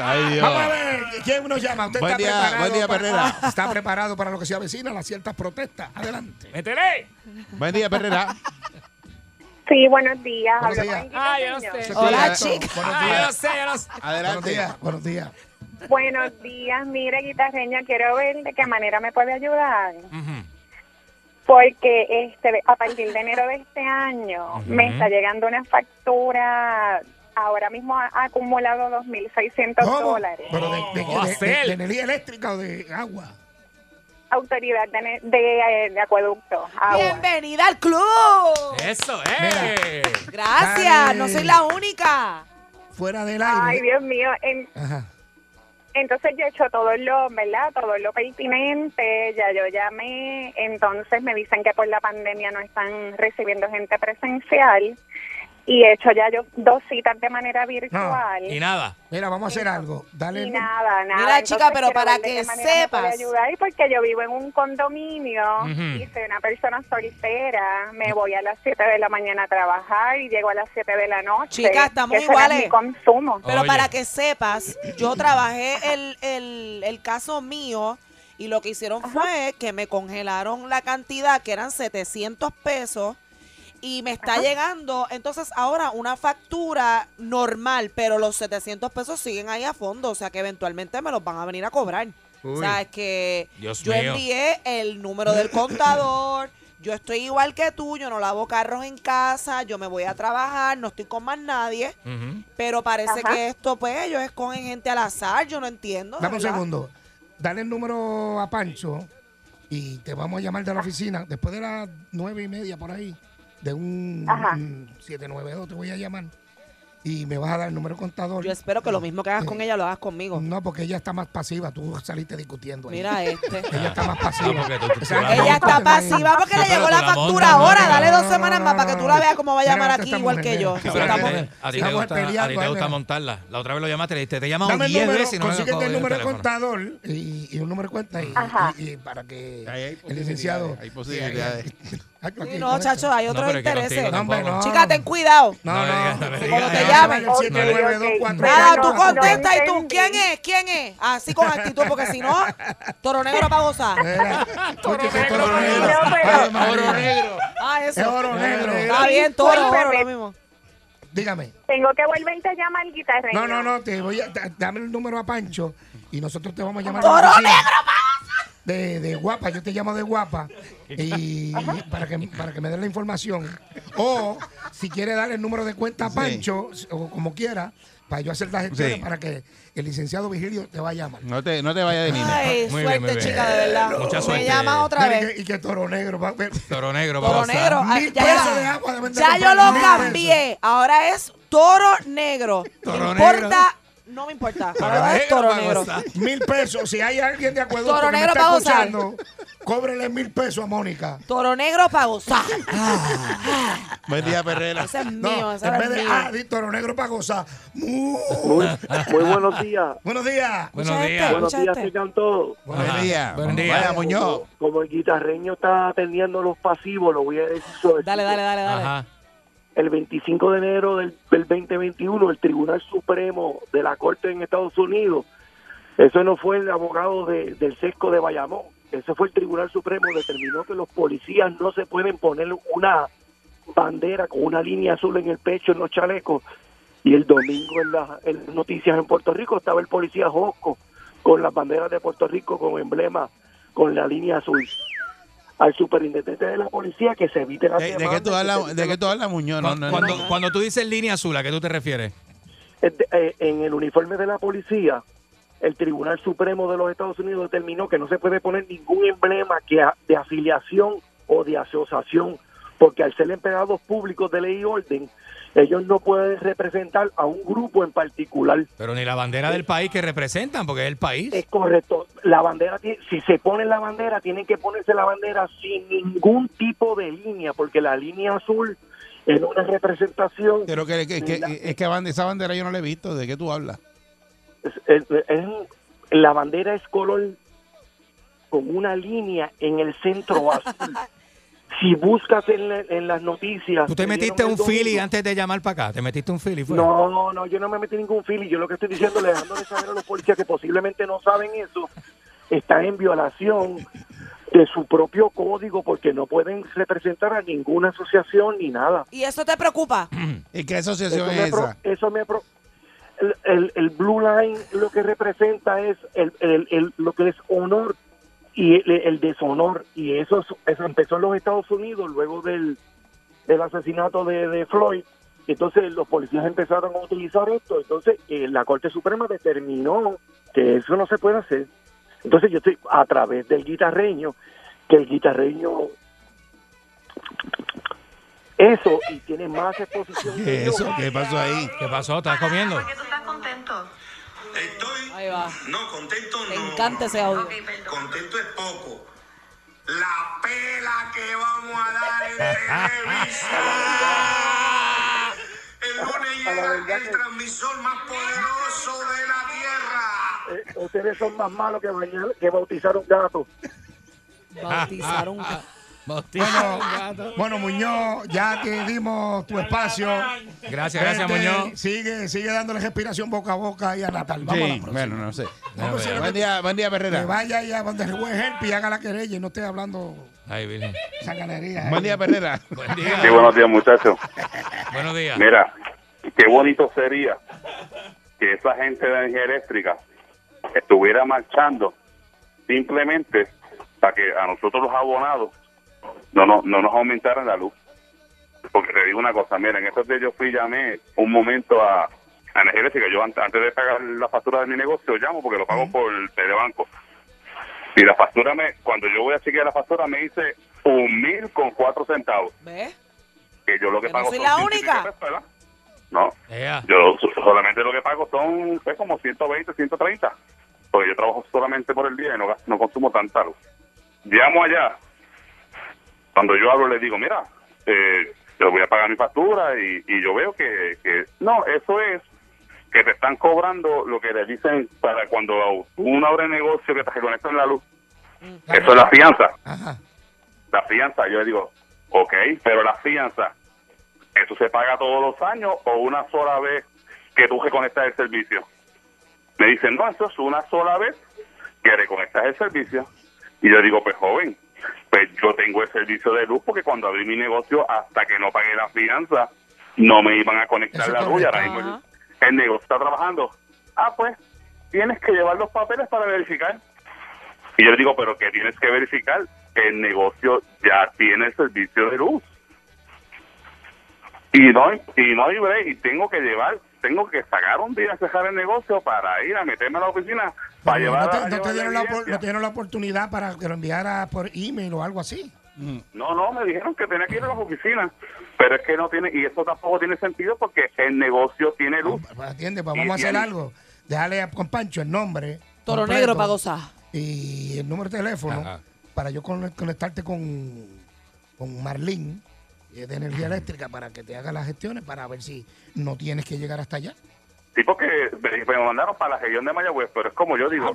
[SPEAKER 4] Ay, Dios.
[SPEAKER 5] Vamos a ver, ¿quién nos llama? ¿Usted
[SPEAKER 4] Buen
[SPEAKER 5] está
[SPEAKER 4] día,
[SPEAKER 5] preparado?
[SPEAKER 4] buen día,
[SPEAKER 5] para-
[SPEAKER 4] Perrera.
[SPEAKER 5] ¿Está preparado para lo que se avecina, las ciertas protestas? Adelante.
[SPEAKER 8] ¡Métele!
[SPEAKER 4] Buen día, Perrera.
[SPEAKER 10] Sí, buenos días.
[SPEAKER 5] Buenos
[SPEAKER 10] Hablo
[SPEAKER 5] días.
[SPEAKER 10] con Angie Patiño.
[SPEAKER 7] Hola,
[SPEAKER 4] Exacto.
[SPEAKER 7] chica.
[SPEAKER 5] Buenos días.
[SPEAKER 8] sé, yo no sé.
[SPEAKER 5] Buenos
[SPEAKER 4] Adelante.
[SPEAKER 5] días, buenos días.
[SPEAKER 10] Buenos días, mire guitarreña, quiero ver de qué manera me puede ayudar. Porque este a partir de enero de este año me está llegando una factura, ahora mismo ha ha acumulado 2.600
[SPEAKER 5] ¿Cómo?
[SPEAKER 10] dólares.
[SPEAKER 5] ¿Pero de, de,
[SPEAKER 8] ¿Cómo va a
[SPEAKER 5] de- de-
[SPEAKER 8] ser?
[SPEAKER 5] de energía eléctrica o de agua?
[SPEAKER 10] Autoridad de, ne- de, eh, de acueducto, agua.
[SPEAKER 7] Bienvenida al club.
[SPEAKER 8] Eso,
[SPEAKER 5] eh.
[SPEAKER 7] Gracias,
[SPEAKER 5] Dale.
[SPEAKER 7] no soy la única.
[SPEAKER 5] Fuera del aire.
[SPEAKER 10] Ay, Dios mío. en-
[SPEAKER 5] Ajá.
[SPEAKER 10] Entonces yo he hecho todo lo, ¿verdad? Todo lo pertinente, ya yo llamé, entonces me dicen que por la pandemia no están recibiendo gente presencial y he hecho ya yo dos citas de manera virtual.
[SPEAKER 8] Y nada.
[SPEAKER 5] Mira, vamos a hacer algo. Dale.
[SPEAKER 10] Y nada, nada.
[SPEAKER 7] Mira, chica,
[SPEAKER 10] Entonces,
[SPEAKER 7] pero
[SPEAKER 10] quiero
[SPEAKER 7] para
[SPEAKER 10] ver de
[SPEAKER 7] que
[SPEAKER 10] qué manera me puede
[SPEAKER 7] sepas.
[SPEAKER 10] ayudar, porque yo vivo en un condominio
[SPEAKER 8] Ujú.
[SPEAKER 10] y soy una persona soltera. Me voy a las 7 de la mañana a trabajar y llego a las 7 de la noche.
[SPEAKER 7] Chica, estamos
[SPEAKER 10] que ese era
[SPEAKER 7] iguales.
[SPEAKER 10] mi consumo.
[SPEAKER 7] Pero
[SPEAKER 8] Oye.
[SPEAKER 7] para que sepas, yo trabajé el, el- el caso mío y lo que hicieron fue que me congelaron la cantidad, que eran 700 pesos, y me está llegando entonces ahora una factura normal, pero los 700 pesos siguen ahí a fondo, o sea que eventualmente me los van a venir a cobrar. O sea, es que
[SPEAKER 8] Dios
[SPEAKER 7] yo
[SPEAKER 8] mío.
[SPEAKER 7] envié el número del contador. Yo estoy igual que tú, yo no lavo carros en casa, yo me voy a trabajar, no estoy con más nadie.
[SPEAKER 8] Ujú.
[SPEAKER 7] Pero parece
[SPEAKER 10] Ajá.
[SPEAKER 7] que esto, pues, ellos escogen gente al azar, yo no entiendo. de
[SPEAKER 5] Dame un
[SPEAKER 7] verdad.
[SPEAKER 5] segundo. Dale el número a Pancho y te vamos a llamar de
[SPEAKER 10] Ah.
[SPEAKER 5] la oficina después de las nueve y media por ahí, de un,
[SPEAKER 10] Ajá.
[SPEAKER 5] un 792, te voy a llamar. y me vas a dar el número de contador.
[SPEAKER 7] Yo espero que lo mismo que hagas
[SPEAKER 5] Eh.
[SPEAKER 7] con ella lo hagas conmigo.
[SPEAKER 5] No, porque ella está más pasiva. Tú saliste discutiendo. ahí.
[SPEAKER 7] Mira este.
[SPEAKER 5] Ella está más pasiva. O sea,
[SPEAKER 7] Ella está pasiva porque le llegó la factura ahora. Dale dos semanas más para que tú la veas cómo va a llamar aquí igual que yo.
[SPEAKER 8] Sí, pero a ti
[SPEAKER 7] Estamos-
[SPEAKER 8] te- a ti te
[SPEAKER 5] estamos
[SPEAKER 8] gusta, a ti
[SPEAKER 5] peleando,
[SPEAKER 8] te
[SPEAKER 5] ahí,
[SPEAKER 8] gusta
[SPEAKER 5] mira.
[SPEAKER 8] montarla. La otra vez lo llamaste, le dijiste, te he llamado
[SPEAKER 5] Dame el
[SPEAKER 8] 10
[SPEAKER 5] número,
[SPEAKER 8] veces y no me
[SPEAKER 5] consíguete
[SPEAKER 8] acabo de
[SPEAKER 5] el
[SPEAKER 8] ver
[SPEAKER 5] número de
[SPEAKER 8] teléfono.
[SPEAKER 5] contador y, y un número de cuenta y,
[SPEAKER 10] Ajá.
[SPEAKER 5] y- y para que
[SPEAKER 4] Ahí hay
[SPEAKER 5] el licenciado...
[SPEAKER 4] posibilidades, hay posibilidades.
[SPEAKER 5] Ah, claro,
[SPEAKER 7] Sí,
[SPEAKER 5] aquí,
[SPEAKER 7] no,
[SPEAKER 5] correcto.
[SPEAKER 7] chacho, hay
[SPEAKER 8] No,
[SPEAKER 7] otros
[SPEAKER 8] pero es que
[SPEAKER 7] intereses.
[SPEAKER 8] contigo
[SPEAKER 5] No, hombre,
[SPEAKER 8] tampoco.
[SPEAKER 5] no.
[SPEAKER 7] Chica, ten cuidado.
[SPEAKER 5] No,
[SPEAKER 8] le digas,
[SPEAKER 5] no.
[SPEAKER 8] no le
[SPEAKER 5] Cuando
[SPEAKER 8] digas
[SPEAKER 7] te
[SPEAKER 8] eso.
[SPEAKER 7] llamen.
[SPEAKER 8] No le-
[SPEAKER 10] Ok, ok.
[SPEAKER 5] 792-494.
[SPEAKER 7] Nada,
[SPEAKER 10] Pero
[SPEAKER 7] tú
[SPEAKER 10] no
[SPEAKER 7] contesta y tú,
[SPEAKER 10] entendí.
[SPEAKER 7] ¿quién es? ¿Quién es? Así con actitud, porque si no, Toro Negro va a gozar.
[SPEAKER 5] Era- Oye, que
[SPEAKER 10] negro,
[SPEAKER 5] toro negro.
[SPEAKER 10] no, pero-
[SPEAKER 5] Ay, madre mía.
[SPEAKER 7] Ah, eso.
[SPEAKER 5] Es oro negro.
[SPEAKER 7] Está bien, Toro,
[SPEAKER 10] Vuelve,
[SPEAKER 7] oro, lo
[SPEAKER 10] ve.
[SPEAKER 7] mismo.
[SPEAKER 5] Dígame.
[SPEAKER 10] Tengo que volverte a llamar guitarreño.
[SPEAKER 5] No, no, no, te voy a, da- dame el número a Pancho y nosotros te vamos a llamar.
[SPEAKER 7] ¡Toro
[SPEAKER 5] negro, de, de guapa, yo te llamo de guapa y para que, para que me den la información. O si quiere dar el número de cuenta a
[SPEAKER 4] Sí.
[SPEAKER 5] Pancho, o como quiera, para yo hacer las gestiones
[SPEAKER 4] Sí.
[SPEAKER 5] para que el licenciado Vigilio te va a llamar.
[SPEAKER 4] No te, no te vayas de Nina.
[SPEAKER 7] Ay,
[SPEAKER 8] Muy bien, muy
[SPEAKER 7] suerte,
[SPEAKER 8] bien.
[SPEAKER 7] chica, de verdad.
[SPEAKER 8] Mucha
[SPEAKER 7] Me
[SPEAKER 8] suerte.
[SPEAKER 7] llama otra
[SPEAKER 5] Mira,
[SPEAKER 7] vez.
[SPEAKER 5] Y que, y que toro negro va a ver.
[SPEAKER 8] Toro negro,
[SPEAKER 7] Toro
[SPEAKER 8] vamos a-
[SPEAKER 7] negro.
[SPEAKER 5] Mil
[SPEAKER 7] Ay, ya
[SPEAKER 5] pesos
[SPEAKER 7] yo-
[SPEAKER 5] de agua deben de
[SPEAKER 7] ya
[SPEAKER 5] comprar,
[SPEAKER 7] yo lo
[SPEAKER 5] mil
[SPEAKER 7] cambié. Ahora es Toro Negro.
[SPEAKER 8] Toro
[SPEAKER 7] me importa,
[SPEAKER 8] negro.
[SPEAKER 7] no me importa.
[SPEAKER 8] Toro
[SPEAKER 7] Ahora es
[SPEAKER 8] negro,
[SPEAKER 7] Toro
[SPEAKER 8] vamos
[SPEAKER 7] Negro.
[SPEAKER 8] a-
[SPEAKER 5] Mil pesos. Si hay alguien de acuerdo
[SPEAKER 7] Toro
[SPEAKER 5] que me
[SPEAKER 7] negro
[SPEAKER 5] está
[SPEAKER 7] para gozar.
[SPEAKER 5] escuchando, cóbrele mil pesos a Mónica.
[SPEAKER 7] Toro Negro para gozar.
[SPEAKER 4] Buen día, Perrera.
[SPEAKER 7] Ese es
[SPEAKER 5] No,
[SPEAKER 7] mío, ese
[SPEAKER 5] en vez
[SPEAKER 7] ahora es
[SPEAKER 5] de
[SPEAKER 7] mío.
[SPEAKER 5] ah, di toro negro para gozar. Mu.
[SPEAKER 11] Muy, muy buenos días.
[SPEAKER 5] Buenos días.
[SPEAKER 8] Buenos
[SPEAKER 7] Escucha
[SPEAKER 8] días.
[SPEAKER 7] este,
[SPEAKER 11] Buenos días,
[SPEAKER 7] Escuchaste.
[SPEAKER 11] tengan todos.
[SPEAKER 4] Buen
[SPEAKER 8] Ajá.
[SPEAKER 4] día.
[SPEAKER 8] Buen día.
[SPEAKER 4] Vaya, Muñoz.
[SPEAKER 11] Como el guitarreño está atendiendo los pasivos, lo voy a decir sobre
[SPEAKER 7] Dale, dale, dale, dale.
[SPEAKER 8] Ajá.
[SPEAKER 11] El 25 de enero del, del 2021, el Tribunal Supremo de la Corte en Estados Unidos, eso no fue el abogado de- del sesco de Bayamón, eso fue el Tribunal Supremo, determinó que los policías no se pueden poner una bandera con una línea azul en el pecho en los chalecos. Y el domingo en, la- en las noticias en Puerto Rico estaba el policía Josco con las banderas de Puerto Rico con emblema, con la línea azul. Al superintendente de la policía que se evite la
[SPEAKER 4] ¿De, de qué tú hablas, de qué tú hablas, Muñoz? No,
[SPEAKER 8] Cuando,
[SPEAKER 4] no,
[SPEAKER 8] cuando,
[SPEAKER 4] no.
[SPEAKER 8] cuando tú dices línea azul, ¿a qué tú te refieres?
[SPEAKER 11] Este, eh, en el uniforme de la policía, el Tribunal Supremo de los Estados Unidos determinó que no se puede poner ningún emblema que a- de afiliación o de asociación, porque al ser empleados públicos de ley y orden, ellos no pueden representar a un grupo en particular.
[SPEAKER 8] Pero ni la bandera del país que representan, porque es el país.
[SPEAKER 11] Es correcto. La bandera, ti- si se pone la bandera, tienen que ponerse la bandera sin ningún tipo de línea, porque la línea azul es una representación
[SPEAKER 4] Pero que, que- que- es que band- esa bandera yo no la he visto. ¿De qué tú hablas?
[SPEAKER 11] es- es- es- la bandera es color con una línea en el centro azul. si buscas en, la- en las noticias...
[SPEAKER 8] Tú te
[SPEAKER 11] que
[SPEAKER 8] metiste
[SPEAKER 11] dieron
[SPEAKER 8] un
[SPEAKER 11] el
[SPEAKER 8] Philly
[SPEAKER 11] domingo-
[SPEAKER 8] antes de llamar para acá. Te metiste un Philly. fue?
[SPEAKER 11] No, no, no, yo no me metí en ningún fili. Yo lo que estoy diciendo, le dando de saber a los policías que posiblemente no saben eso, están en violación de su propio código porque no pueden representar a ninguna asociación ni nada.
[SPEAKER 7] ¿Y eso te preocupa?
[SPEAKER 2] Mm.
[SPEAKER 4] ¿Y qué
[SPEAKER 11] Eso
[SPEAKER 4] asociación
[SPEAKER 11] me,
[SPEAKER 4] es
[SPEAKER 11] pro-
[SPEAKER 4] esa?
[SPEAKER 11] eso me pro- el, el- el Blue Line lo que representa es el, el- el- lo que es honor y el, el deshonor. Y eso, es- eso empezó en los Estados Unidos luego del, del asesinato de, de Floyd. Entonces los policías empezaron a utilizar esto. Entonces eh, la Corte Suprema determinó que eso no se puede hacer. Entonces yo estoy a través del guitarreño, que el guitarreño... Eso, y tiene más exposición.
[SPEAKER 4] ¿Qué
[SPEAKER 11] que
[SPEAKER 4] es
[SPEAKER 11] yo.
[SPEAKER 4] eso? ¿Qué pasó ahí?
[SPEAKER 8] ¿Qué pasó? ¿Estás comiendo?
[SPEAKER 10] tú estás contento?
[SPEAKER 2] Estoy.
[SPEAKER 7] Ahí va.
[SPEAKER 2] No, contento
[SPEAKER 7] Me
[SPEAKER 2] no. pues.
[SPEAKER 7] encanta ese audio.
[SPEAKER 2] Contento es poco. La pela que vamos a dar en televisión. El lunes llega el transmisor más poderoso de la tierra.
[SPEAKER 11] Eh, ustedes son más malos que, bañar- que bautizar un gato.
[SPEAKER 7] Bautizar un gato.
[SPEAKER 5] Bueno, bueno, Muñoz, ya te dimos tu espacio.
[SPEAKER 8] Gracias, gracias,
[SPEAKER 5] Vete,
[SPEAKER 8] Muñoz.
[SPEAKER 5] Sigue, sigue dándole respiración boca a boca ahí a Natal. Vamos a la
[SPEAKER 4] Sí,
[SPEAKER 5] próxima.
[SPEAKER 4] bueno, no sé.
[SPEAKER 8] Déjame ver.
[SPEAKER 4] Buen día, buen día,
[SPEAKER 5] Que
[SPEAKER 4] Perrera.
[SPEAKER 5] vaya ahí a donde el juez Help y haga la querella y no esté hablando
[SPEAKER 8] Ay, Virgen.
[SPEAKER 5] sanganería. ¿eh?
[SPEAKER 4] Buen día, Perrera.
[SPEAKER 8] Buen día.
[SPEAKER 11] Sí, buenos días, muchachos.
[SPEAKER 8] Buenos días.
[SPEAKER 11] Mira, qué bonito sería que esa gente de energía eléctrica estuviera marchando simplemente para que a nosotros los abonados no, no, no nos aumentaran la luz. Porque te digo una cosa, mira, en estos días yo fui, llamé un momento a, a energía eléctrica. Yo an- antes de pagar la factura de mi negocio llamo porque lo pago por el telebanco. Y la factura me, cuando yo voy a chequear la factura me dice un mil con cuatro centavos
[SPEAKER 7] ¿Ves?
[SPEAKER 11] que yo lo que
[SPEAKER 7] Que no
[SPEAKER 11] pago
[SPEAKER 7] soy
[SPEAKER 11] son
[SPEAKER 7] la
[SPEAKER 11] 100 y pico
[SPEAKER 7] única.
[SPEAKER 11] pesos, ¿verdad? No. Yo so- solamente lo que pago son pues, como 120, 130. Porque yo trabajo solamente por el día y no, gas- no consumo tanta luz. Llamo allá. Cuando yo hablo, le digo, mira, eh, yo voy a pagar mi factura y, y yo veo que, que- No, eso es que te están cobrando lo que le dicen para cuando una hora de negocio que te reconectan la luz.
[SPEAKER 7] Mm.
[SPEAKER 11] Eso es la fianza. La fianza, yo le digo, ok, pero la fianza, ¿eso se paga todos los años o una sola vez que tú reconectas el servicio? Me dicen, no, eso es una sola vez que reconectas el servicio. Y yo digo, pues joven, pues yo tengo el servicio de luz porque cuando abrí mi negocio, hasta que no pagué la fianza, no me iban a conectar la luz. Y ahora mismo el- el negocio está trabajando. Ah, pues, tienes que llevar los papeles para verificar. Y yo le digo, pero que tienes que verificar, el negocio ya tiene el servicio de luz. Y no, hay- y no hay break, y tengo que llevar, tengo que sacar un día a cerrar el negocio para ir a meterme a la oficina,
[SPEAKER 5] Pero
[SPEAKER 11] para llevar
[SPEAKER 5] no,
[SPEAKER 11] a-
[SPEAKER 5] te, no te
[SPEAKER 11] llevar
[SPEAKER 5] dieron la, opor-
[SPEAKER 11] evidencia.
[SPEAKER 5] no te dieron la oportunidad para que lo enviara por email o algo así.
[SPEAKER 11] No, no, me dijeron que tenía que ir a las oficinas, pero es que no tiene, y eso tampoco tiene sentido porque el negocio tiene luz.
[SPEAKER 5] Atiende, pues
[SPEAKER 11] Y-
[SPEAKER 5] vamos a
[SPEAKER 11] y
[SPEAKER 5] hacer
[SPEAKER 11] ahí-
[SPEAKER 5] algo. Déjale a- con Pancho el nombre.
[SPEAKER 7] Toro
[SPEAKER 5] completo
[SPEAKER 7] negro para gozar.
[SPEAKER 5] Y el número de teléfono para yo con- conectarte con, con Marlín eh, de Energía Eléctrica para que te haga las gestiones para ver si no tienes que llegar hasta allá.
[SPEAKER 11] Sí, porque me, me mandaron para la región de Mayagüez, pero es como yo digo,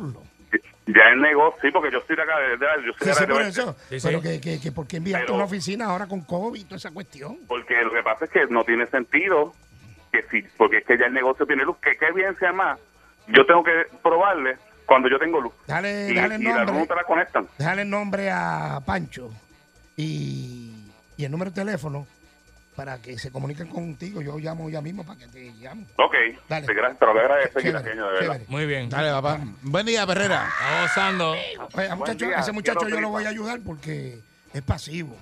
[SPEAKER 11] ya el negocio, sí, porque yo estoy de acá, de, de- yo soy
[SPEAKER 5] Sí,
[SPEAKER 11] de
[SPEAKER 5] sí,
[SPEAKER 11] área
[SPEAKER 5] por
[SPEAKER 11] oeste.
[SPEAKER 5] eso. Pero que, que, que ¿por qué enviaste a una oficina ahora con COVID y toda esa cuestión?
[SPEAKER 11] Porque lo que pasa es que no tiene sentido que sí, porque es que ya el negocio tiene luz, que qué bien sea más, yo tengo que probarle cuando yo tengo luz.
[SPEAKER 5] Dale,
[SPEAKER 11] y,
[SPEAKER 5] Eh, dale el
[SPEAKER 11] y la luz
[SPEAKER 5] nombre.
[SPEAKER 11] no te la conectan.
[SPEAKER 5] Déjale el nombre a Pancho y, y el número de teléfono para que se comuniquen contigo. Yo llamo ya mismo para que te llame.
[SPEAKER 11] Ok, te gra- te lo voy a agradecer, Quitaqueño, de verdad.
[SPEAKER 4] Muy bien. Dale, papá. Buen día, Perrera. Abusando.
[SPEAKER 5] Oye, a muchacho-
[SPEAKER 4] día,
[SPEAKER 5] ese muchacho
[SPEAKER 4] quiero
[SPEAKER 5] yo lo
[SPEAKER 4] tripa.
[SPEAKER 5] voy a ayudar porque es pasivo.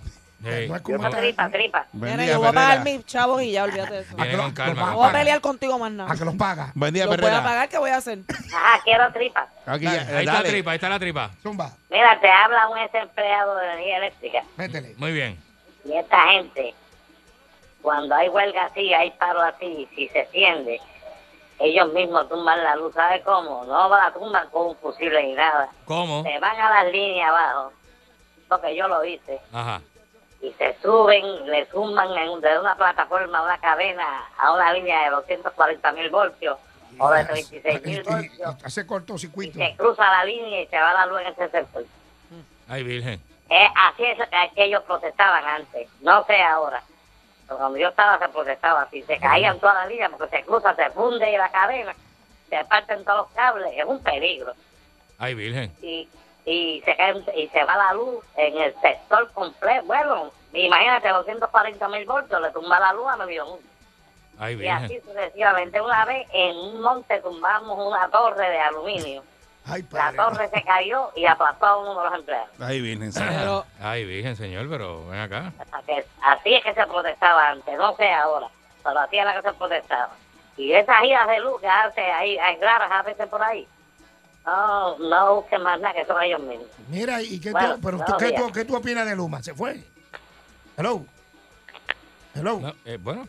[SPEAKER 4] Hey.
[SPEAKER 5] No es como
[SPEAKER 4] Quiero
[SPEAKER 5] esta-
[SPEAKER 4] Buen
[SPEAKER 7] Mira,
[SPEAKER 4] día,
[SPEAKER 7] yo voy a pagar
[SPEAKER 4] Perrera.
[SPEAKER 7] mis chavos y ya olvídate de eso.
[SPEAKER 5] Ah,
[SPEAKER 4] Viene con calma.
[SPEAKER 7] No voy a pelear contigo más nada.
[SPEAKER 5] ¿A que los paga?
[SPEAKER 4] Buen día,
[SPEAKER 7] Los voy a
[SPEAKER 4] Perrera.
[SPEAKER 7] pagar, ¿qué voy a hacer?
[SPEAKER 10] Ah, quiero tripas.
[SPEAKER 4] Aquí,
[SPEAKER 8] Dale,
[SPEAKER 4] eh,
[SPEAKER 8] ahí está la
[SPEAKER 4] dale.
[SPEAKER 8] tripa, ahí está la tripa.
[SPEAKER 10] Mira, te habla un ex empleado de energía eléctrica.
[SPEAKER 8] Muy bien.
[SPEAKER 10] Y esta gente, cuando hay huelga así, hay paro así, si se tiende, ellos mismos tumban la luz. ¿Sabes cómo? No la tumban con un fusible ni nada.
[SPEAKER 8] ¿Cómo?
[SPEAKER 10] Se van a las líneas abajo, porque yo lo hice.
[SPEAKER 8] Ajá.
[SPEAKER 10] Y se suben, le suman en, de una plataforma a una cadena a una línea de 240 mil voltios o de 36 mil voltios.
[SPEAKER 5] Este, Hace cortocircuito.
[SPEAKER 10] Se cruza la línea y se va la luz en ese sector.
[SPEAKER 8] Ay, Virgen.
[SPEAKER 10] Eh, así es eh, que ellos protestaban antes, no sé ahora. Pero cuando yo estaba se protestaba así, se caían todas las líneas porque se cruza, se funde la cadena, se parten todos los cables, es un peligro.
[SPEAKER 8] Ay, Virgen.
[SPEAKER 10] Y, y, se, caen- y se va la luz en el sector completo. Bueno, imagínate 240 mil voltios, le tumba la luz a medio mundo.
[SPEAKER 8] Ay,
[SPEAKER 10] Y así
[SPEAKER 8] Virgen.
[SPEAKER 10] sucesivamente, una vez en un monte tumbamos una torre de aluminio. la torre se cayó y aplastó a uno de los empleados.
[SPEAKER 4] Ay, Virgen
[SPEAKER 10] Pero-
[SPEAKER 8] Ay, Virgen, señor, pero ven acá.
[SPEAKER 10] que así es que se protestaba antes, no sé ahora, pero así era que se protestaba. Y esas giras de luz que hacen ahí, hay raras a veces por ahí, no, no busquen más nada que son ellos mismos.
[SPEAKER 5] Mira, ¿y qué,
[SPEAKER 10] Bueno,
[SPEAKER 5] tú, pero tú-
[SPEAKER 10] buenos
[SPEAKER 5] ¿qué,
[SPEAKER 10] días.
[SPEAKER 5] tú, qué tú opinas de Luma? ¿Se fue? Hello. Hello.
[SPEAKER 8] Eh, bueno.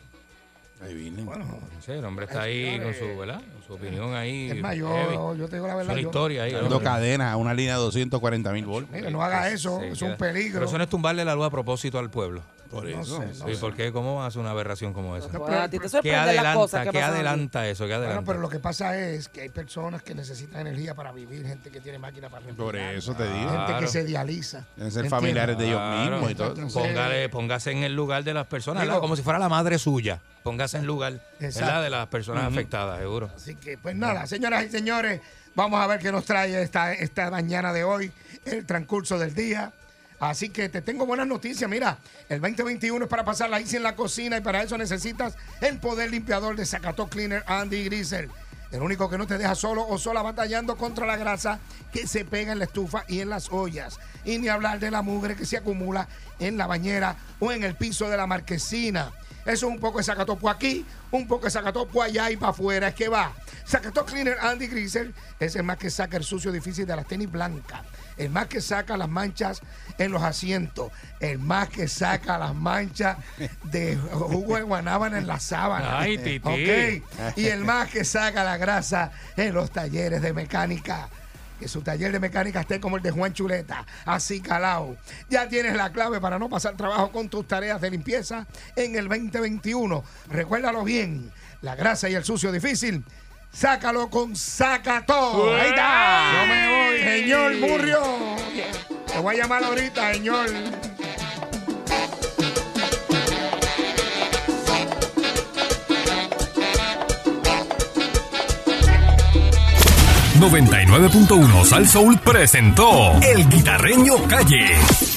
[SPEAKER 4] Ahí vine.
[SPEAKER 8] No sé, el hombre está ahí con su, ¿verdad? Con su opinión ahí.
[SPEAKER 5] Es más, yo-
[SPEAKER 8] heavy.
[SPEAKER 5] yo te digo la
[SPEAKER 8] Es
[SPEAKER 5] verdad,
[SPEAKER 8] Una
[SPEAKER 5] yo-
[SPEAKER 8] historia ahí. el
[SPEAKER 4] Dando
[SPEAKER 8] hombre.
[SPEAKER 4] cadenas a una línea de 240 mil volts.
[SPEAKER 5] Mira, no haga eso,
[SPEAKER 8] Sí,
[SPEAKER 5] es un
[SPEAKER 8] queda-
[SPEAKER 5] peligro.
[SPEAKER 8] Pero eso no es tumbarle la luz a propósito al pueblo.
[SPEAKER 4] Por
[SPEAKER 5] No eso. sé, no
[SPEAKER 8] ¿Y
[SPEAKER 5] sé.
[SPEAKER 8] por qué? ¿Cómo hace una aberración como esa?
[SPEAKER 5] Pues, a ti te
[SPEAKER 8] ¿Qué
[SPEAKER 5] sorprenden las
[SPEAKER 8] adelanta,
[SPEAKER 5] cosas que
[SPEAKER 8] ¿Qué
[SPEAKER 5] pasan aquí.
[SPEAKER 8] adelanta eso? ¿Qué adelanta?
[SPEAKER 5] Bueno, pero lo que pasa es que hay personas que necesitan energía para vivir, gente que tiene máquina para respirar.
[SPEAKER 4] Por eso te digo.
[SPEAKER 5] Gente
[SPEAKER 8] Claro.
[SPEAKER 5] que se dializa.
[SPEAKER 4] Deben ser familiares de ellos mismos
[SPEAKER 8] Ah,
[SPEAKER 4] y todo.
[SPEAKER 8] Póngale, póngase en el lugar de las personas, ¿verdad?
[SPEAKER 5] Digo-
[SPEAKER 8] como si fuera la madre suya. Póngase en el lugar
[SPEAKER 5] Exacto.
[SPEAKER 8] ¿verdad? de las personas
[SPEAKER 5] Ujú.
[SPEAKER 8] afectadas, seguro.
[SPEAKER 5] Así que, pues nada, señoras y señores, vamos a ver qué nos trae esta, esta mañana de hoy, el transcurso del día. Así que te tengo buenas noticias. Mira, el 2021 es para pasar la isla en la cocina y para eso necesitas el poder limpiador de Zacató Cleaner Andy Grisel. El único que no te deja solo o sola batallando contra la grasa que se pega en la estufa y en las ollas. Y ni hablar de la mugre que se acumula en la bañera o en el piso de la marquesina. Eso es un poco de sacatopo aquí, un poco de sacatopo allá y para afuera. Es que va. Sacatop Cleaner Andy Greaser es el más que saca el sucio difícil de las tenis blancas. el más que saca las manchas en los asientos, el más que saca las manchas de jugo de guanábana en la sábana.
[SPEAKER 12] Ay, tití.
[SPEAKER 5] Ok. Y el más que saca la grasa en los talleres de mecánica. Que su taller de mecánica esté como el de Juan Chuleta, así calao. Ya tienes la clave para no pasar trabajo con tus tareas de limpieza en el 2021. Recuérdalo bien, la grasa y el sucio difícil, sácalo con Sacató. Ahí está. Yo me voy, señor Burrio. Te voy a llamar ahorita, señor.
[SPEAKER 1] Salsoul 99.1 Sal Soul presentó El Guitarreño Calle.